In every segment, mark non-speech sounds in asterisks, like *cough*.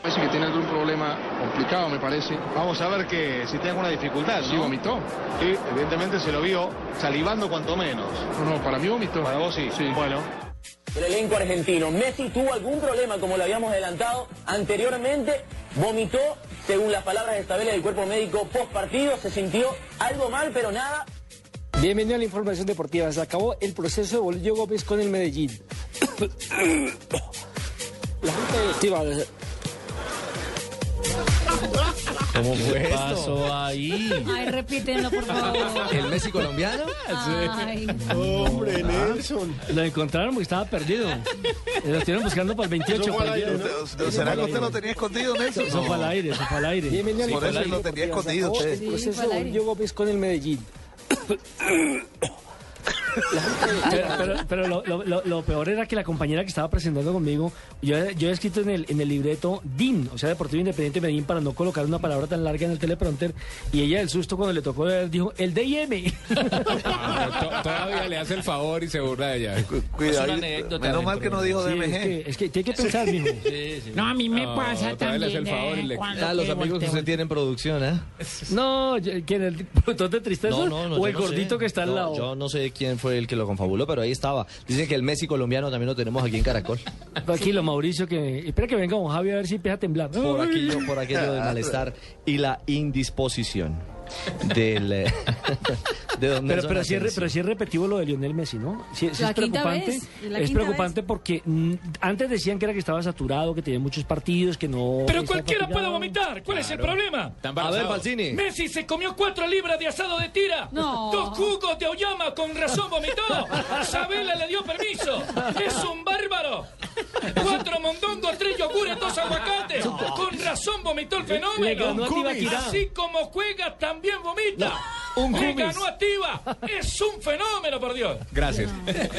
Parece que tiene algún problema complicado, me parece. Vamos a ver que si tiene alguna dificultad, Sí, ¿no? vomitó. Sí, evidentemente se lo vio salivando cuanto menos. No, no, para mí vomitó. Para vos sí. Bueno, El elenco argentino. Messi tuvo algún problema, como lo habíamos adelantado anteriormente. Vomitó, según las palabras de Isabela del cuerpo médico post partido. Se sintió algo mal, pero nada. Bienvenido a la información deportiva. Se acabó el proceso de Bolillo Gómez con el Medellín. *coughs* La Junta Directiva de- ¿Cómo fue pasó ahí? Ay, repítenlo, por *laughs* favor. ¿El Messi colombiano? Ay, Hombre, Nelson. Lo encontraron porque estaba *laughs* perdido. Lo estuvieron buscando para el 28. Eso fue al perdido, aire. ¿no? ¿Usted- ¿Será que usted lo tenía escondido, Nelson? Eso fue al aire, eso fue al aire. Bienvenido a la Por eso lo tenía deportiva. Se escondido acabó usted. El Sí, proceso fue al de aire. Bolillo Gómez con el Medellín. Pero, pero- pero lo, lo- lo- lo peor era que la compañera que estaba presentando conmigo, yo, he- yo he escrito en el, en el libreto DIN, o sea, Deportivo Independiente de Medellín, para no colocar una palabra tan larga en el teleprompter. Y ella, el susto, cuando le tocó, dijo, el DIM. Todavía le hace el favor y se burla de ella. Cu- Cuidado. anécdota Menos dentro mal que no dijo *laughs* Sí, es, DMG. que, es que tiene que pensar, mijo. No, a mí me Ah, pasa también. eh, los amigos Este, que usted tiene en producción, ¿eh? No, yo- ¿quién? ¿El botón de tristeza? ¿O el gordito que está al lado? Yo no sé quién fue el que lo confabuló, pero ahí estaba. Dicen que el Messi colombiano también lo tenemos aquí en Caracol. Tranquilo, Mauricio, que... Espera que venga don Javi a ver si empieza a temblar. por aquello, por *laughs* aquello del malestar y la indisposición del eh, *laughs* de don Pero, Nelson pero, sí es, re- Asensio. pero sí es repetitivo lo de Lionel Messi, ¿no? Sí, sí La es quinta preocupante. vez, la es quinta preocupante porque mm, antes decían que era que estaba saturado, que tenía muchos partidos, que no. Pero estaba cualquiera fatigado. puede vomitar. ¿Cuál es el problema? A ver, Falcini. Messi se comió cuatro libras de asado de tira. No. Dos jugos de auyama con razón vomitó. Isabela le dio permiso. Es un bárbaro. Cuatro mondongos, tres yogures, dos aguacates. Con razón vomitó el Le ganó fenómeno. a Tibaquirá. Así como juega, también vomita. un Le cumis. ganó a Tiba. Es un fenómeno, por Dios.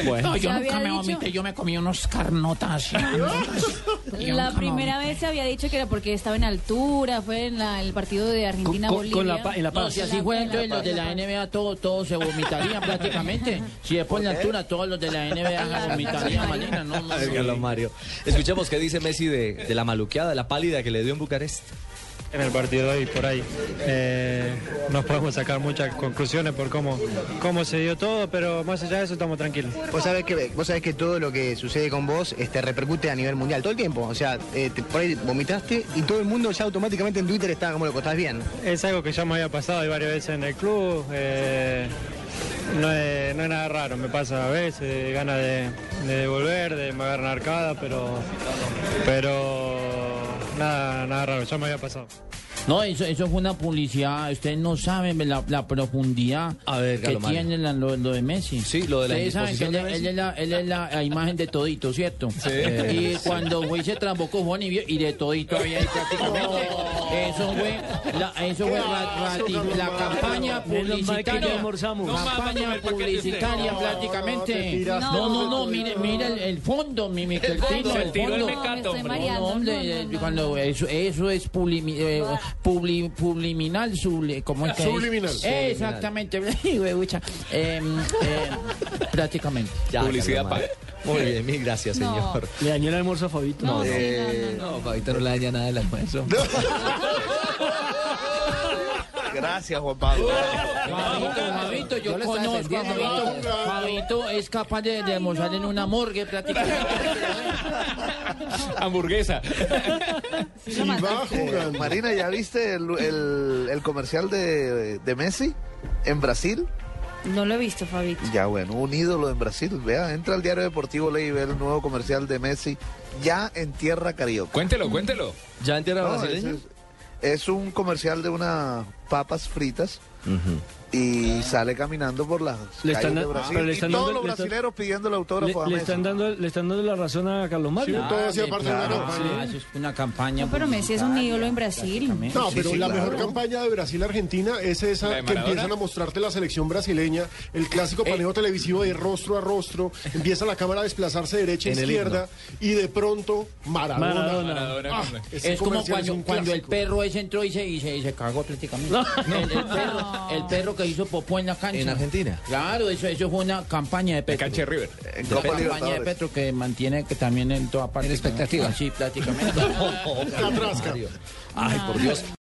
No, yo Se nunca había me dicho- vomité, yo me comí *laughs* unos carnotas. la primera vez se había dicho que era porque estaba en altura, fue en la- el partido de Con, con- Argentina-Bolivia. con la, pa- en la No, paz. si así fuera, entonces los de la NBA todos todos se vomitarían prácticamente. Si después en la altura todos los de la NBA *laughs* vomitarían, Malena, no, *laughs* no, Ay, no. Carlos Mario. Escuchemos qué dice Messi de, de la maluqueada, de la pálida que le dio en Bucarest. En el partido de hoy, por ahí, eh, nos podemos sacar muchas conclusiones por cómo, cómo se dio todo, pero más allá de eso estamos tranquilos. Vos sabés que vos sabés que todo lo que sucede con vos este, repercute a nivel mundial todo el tiempo. O sea, eh, te- por ahí vomitaste y todo el mundo ya automáticamente en Twitter está como loco, estás bien. Es algo que ya me había pasado y varias veces en el club. eh, no, es, no es nada raro, me pasa a veces, ganas de, de devolver, de me agarrar una arcada, pero, pero nada, nada raro, ya me había pasado. No, eso, eso fue una publicidad. Ustedes no saben la, la profundidad A ver, que Galomario. tiene la- lo, lo de Messi. Sí, lo de la Ustedes saben que indisposición él, de es- Messi. él es la, él es la, la imagen de todito, ¿cierto? Y cuando fue y se trambocó Juan y vio, y de todito había ahí prácticamente. Eso fue, la, eso fue ra- rati- la campaña Menos mal que no publicitaria. almorzamos. Campaña publicitaria prácticamente. tiras No, no, todo. no, mire, mire el, el fondo, mi mi- el tino, el No, fondo. me estoy mareando, No, hombre, no, no, eh, no, cuando no. Eso, eso es publimi, eh, Ah. publi- publiminal, subli- ¿cómo es que es? Subliminal. Eh, exactamente, *laughs* huevucha. Eh, eh, prácticamente. Ya, Publicidad paga. Muy bien, mil gracias, No. señor. Eh, Le dañó el almuerzo a Fabito. No, sí, no, no, No, Fabito no le daña nada el almuerzo. *laughs* Gracias, Juan Pablo. Ah, Fabito, Fabito, yo, le estaba conozco a defendiendo. Fabito. Fabito es capaz de demostrar en una morgue *laughs* prácticamente. Hamburguesa. Sí, lo mató. Eh, Marina, ¿ya viste el, el- el comercial de, de Messi en Brasil? No lo he visto, Fabito. Ya, bueno, un ídolo en Brasil. Vea, entra al diario deportivo, lee y ve el nuevo comercial de Messi ya en tierra carioca. Cuéntelo, cuéntelo. ¿Ya en tierra No, brasileña? es, es- es un comercial de una papas fritas y sale caminando por las Le están calles de da- Brasil. pero le y están todos dando- los le están- brasileños pidiéndole Le, autógrafo a le Messi. están dando, le están dando la razón a Carlos Mario. Ah, sí, claro, sí, eso es una campaña. No, pero Messi es un ídolo en Brasil. No, Sí, pero sí, la claro. mejor campaña de Brasil-Argentina es ¿La esa de que Maradona? empiezan a mostrarte la selección brasileña, el clásico paneo televisivo de rostro a rostro, empieza la cámara a desplazarse e derecha a En el *laughs* izquierda y de pronto Maradona. Maradona. Ah, Es, ese como comercial es cuando, un cuando el clásico. perro ese entró y se, y se, y se cagó prácticamente. El, el perro, el perro que hizo popó en la cancha. En Argentina. Claro, eso, eso fue una campaña de Petro. cancha de River. En La Copa campaña de Libertadores. Petro que mantiene que también en toda parte. En expectativa. Sí, prácticamente. La trasca. Ah. Ay, por Dios.